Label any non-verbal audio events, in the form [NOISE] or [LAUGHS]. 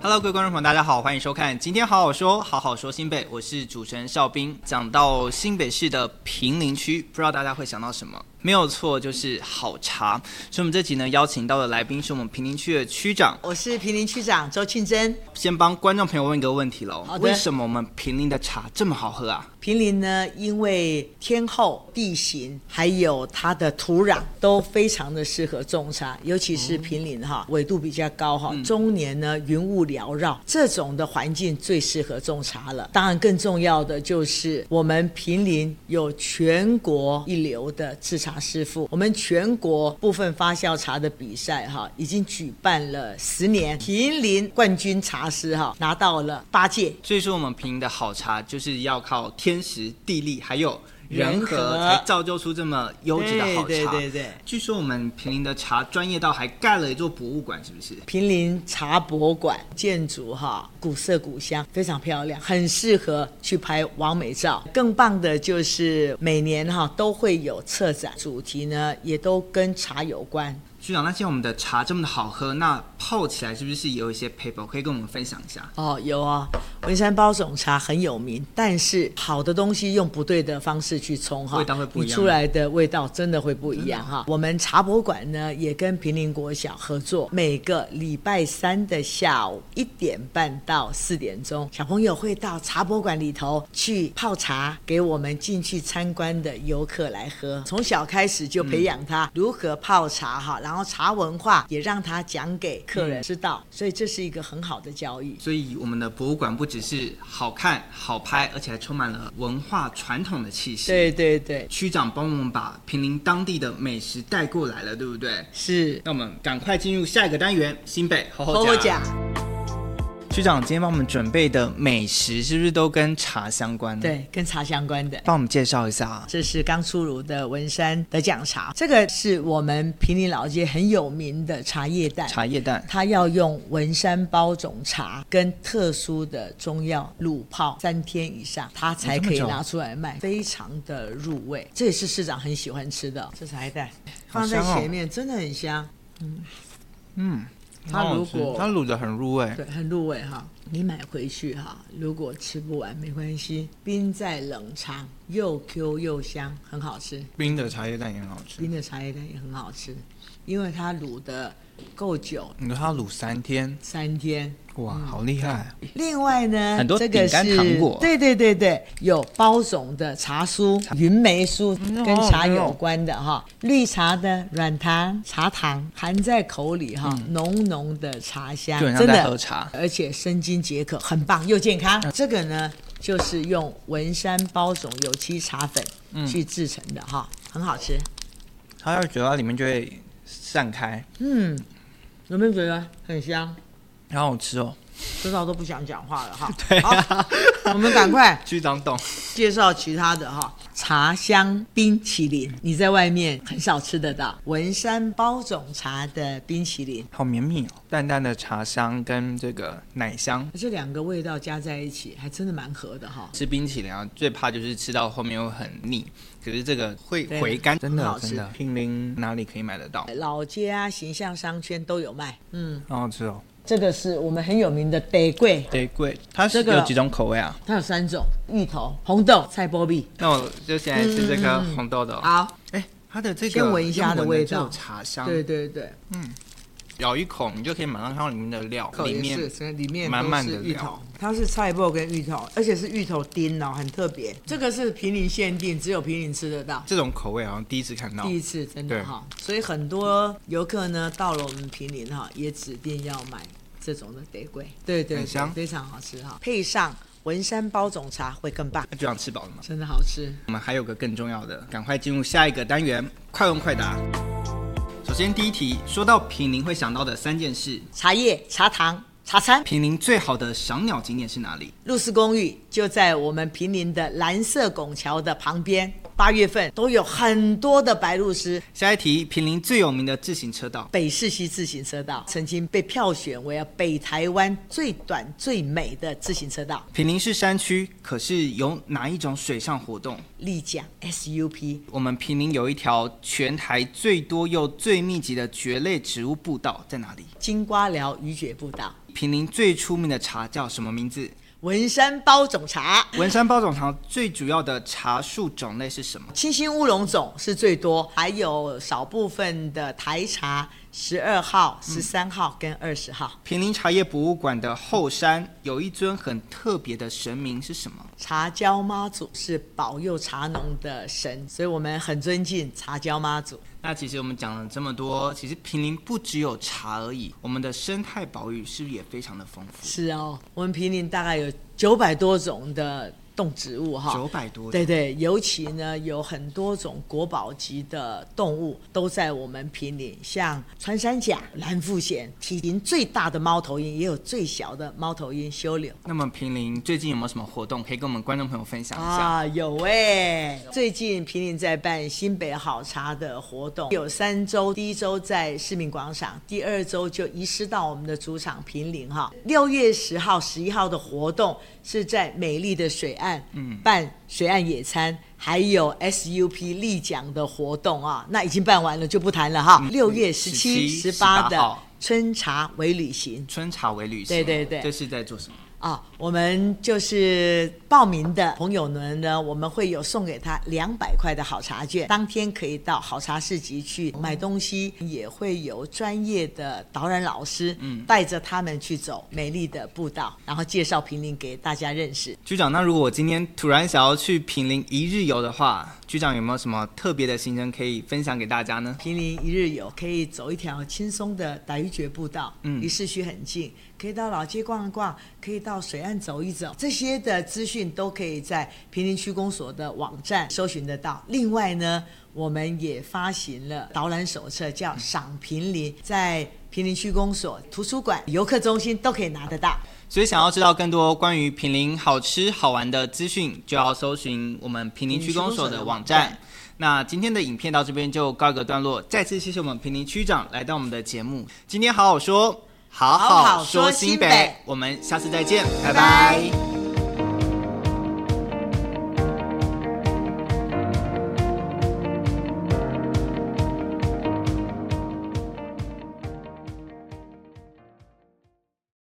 Hello，各位观众朋友，大家好，欢迎收看《今天好好说》，好好说新北，我是主持人邵兵。讲到新北市的平林区，不知道大家会想到什么？没有错，就是好茶。所以我们这集呢，邀请到的来宾是我们平林区的区长。我是平林区长周庆珍。先帮观众朋友问一个问题喽好，的为什么我们平林的茶这么好喝啊？平林呢，因为天候、地形还有它的土壤都非常的适合种茶，尤其是平林哈，纬度比较高哈，终年呢云雾缭绕，这种的环境最适合种茶了。当然，更重要的就是我们平林有全国一流的制茶师傅，我们全国部分发酵茶的比赛哈，已经举办了十年，平林冠军茶师哈拿到了八届。所以说，我们平林的好茶就是要靠天时、地利还有人人和，和才造就出这么优质的好茶。对对对对据说我们平林的茶专业到还盖了一座博物馆，是不是？平林茶博馆建筑哈，古色古香，非常漂亮，很适合去拍完美照。更棒的就是每年哈都会有策展，主题呢也都跟茶有关。局长，那既然我们的茶这么的好喝，那泡起来是不是也有一些 paper 可以跟我们分享一下？哦，有啊、文山包种茶很有名，但是好的东西用不对的方式去冲哈，味道会不一样嗯你出来的味道真的会不一样哈。我们茶博馆呢也跟平林国小合作，每个礼拜三的下午一点半到四点钟，小朋友会到茶博馆里头去泡茶，给我们进去参观的游客来喝。从小开始就培养嗯他如何泡茶哈，然后茶文化也让他讲给客嗯人知道，所以这是一个很好的教育。所以我们的博物馆不只是好看、好拍，而且还充满了文化传统的气息。对对对，区长帮我们把平林当地的美食带过来了，对不对？是那我们赶快进入下一个单元，新北好侯好侯讲讲。。区长今天帮我们准备的美食是不是都跟茶相关呢？，对，跟茶相关的。帮我们介绍一下啊。这是刚出炉的文山的酱茶，这个是我们平林老街很有名的茶叶蛋，茶叶蛋，它要用文山包种茶跟特殊的中药卤泡三天以上，它才可有以这么久拿出来卖，非常的入味。这也是市长很喜欢吃的，这茶叶蛋好放在香哦前面真的很香，嗯，它好好如吃果它卤的很入味，对，很入味哈。你买回去哈，如果吃不完没关系，冰在冷藏，又 Q 又香，很好吃。冰的茶叶蛋也很好吃。冰的茶叶蛋也很好吃，因为它卤的够久，你说它卤三天，三天。哇，好厉害！另外呢，很多这个饼干是糖果对对对对，有包种的茶酥、云梅酥嗯跟好好茶吃哦有关的哈，绿茶的软糖、茶糖含在口里哈，嗯浓浓的茶香就很，像真在喝的，茶。而且生津解渴，很棒又健康。嗯这个呢，就是用文山包种有机茶粉嗯去制成的哈，很好吃。它在嘴巴里面就会散开，嗯，有没有觉得很香？好好吃哦。知道都不想讲话了哈。 [LAUGHS] 对啊好，哦我们赶快局长懂。介绍其他的哈。茶香冰淇淋，你在外面很少吃得到。文山包种茶的冰淇淋，好绵密哦，淡淡的茶香跟这个奶香，这两个味道加在一起，还真的蛮合的哈。吃冰淇淋啊，最怕就是吃到后面会很腻，可是这个会对回甘。真很的好吃真的，平林哪里可以买得到？老街啊，形象商圈都有卖。嗯，好好吃哦，这个是我们很有名的北桂，对，贵。它是这个有几种口味啊？它有三种：芋头、红豆、菜波比。那我就先来吃这个红豆的哦、好，哎，它的这个嗯先闻一下它的味道用闻只有茶香，对对对，咬一口你就可以马上看到里面的料，口里也面是，所以里面满满都是的芋料头，它是菜脯跟芋头，而且是芋头丁哦，很特别。这个是平林限定，只有平林吃得到。这种口味好像第一次看到第。一次真的哦对哈，所以很多游客呢到了我们平林哈，也指定要买这种的得贵，对对，很对香非常好吃哈，配上文山包种茶会更棒，那局长吃饱了吗？真的好吃。我们还有个更重要的，赶快进入下一个单元，快问快答。首先第一题，说到平林会想到的三件事，茶叶、茶糖、茶餐，平林最好的赏鸟景点是哪里？露丝公寓就在我们平林的蓝色拱桥的旁边。八月份都有很多的白鹭鸶，下一题，平林最有名的自行车道，北市西自行车道曾经被票选为啊北台湾最短最美的自行车道，平林是山区，可是有哪一种水上活动？立桨 SUP 我们平林有一条全台最多又最密集的蕨类植物步道在哪里？金瓜寮鱼蕨步道。平林最出名的茶叫什么名字？文山包种茶。文山包种茶最主要的茶树种类是什么？清新乌龙种是最多，还有少部分的台茶，十二号、十三号跟二十号、平林茶叶博物馆的后山有一尊很特别的神明是什么？茶椒妈祖是保佑茶农的神，所以我们很尊敬茶椒妈祖。那其实我们讲了这么多，其实平林不只有茶而已，我们的生态保育是不是也非常的丰富？是哦，我们平林大概有九百多种的动植物哈，九百多种对对，尤其呢有很多种国宝级的动物都在我们平林，像穿山甲、蓝腹鹇，体型最大的猫头鹰，也有最小的猫头鹰修柳。那么平林最近有没有什么活动可以跟我们观众朋友分享一下？啊，有哎、最近平林在办新北好茶的活动，有三周，第一周在市民广场，第二周就移师到我们的主场平林哈。六月十号、十一号的活动是在美丽的水岸，嗯，办水岸野餐。还有 SUP 立奖的活动啊，那已经办完了就不谈了哈。六、月十七、嗯十17八的号春茶为旅行，春茶为旅行，对对对这是在做什么？啊，我们就是报名的朋友们呢，我们会有送给他两百块的好茶券，当天可以到好茶市集去买东西，也会有专业的导览老师，嗯，带着他们去走美丽的步道，然后介绍平林给大家认识。局长，那如果我今天突然想要去平林一日游的话，局长有没有什么特别的行程可以分享给大家呢？平林一日游可以走一条轻松的打渔觉步道，嗯离市区很近，可以到老街逛一逛，可以到水岸走一走，这些的资讯都可以在平林区公所的网站搜寻得到。另外呢，我们也发行了导览手册，叫《赏平林》，在平林区公所图书馆、游客中心都可以拿得到。所以想要知道更多关于平林好吃好玩的资讯，就要搜寻我们平林区公所的网平林区公所的网站。那今天的影片到这边就告一个段落，再次谢谢我们平林区长来到我们的节目。今天好好说，好好好说说新新北我们下次再见，拜拜拜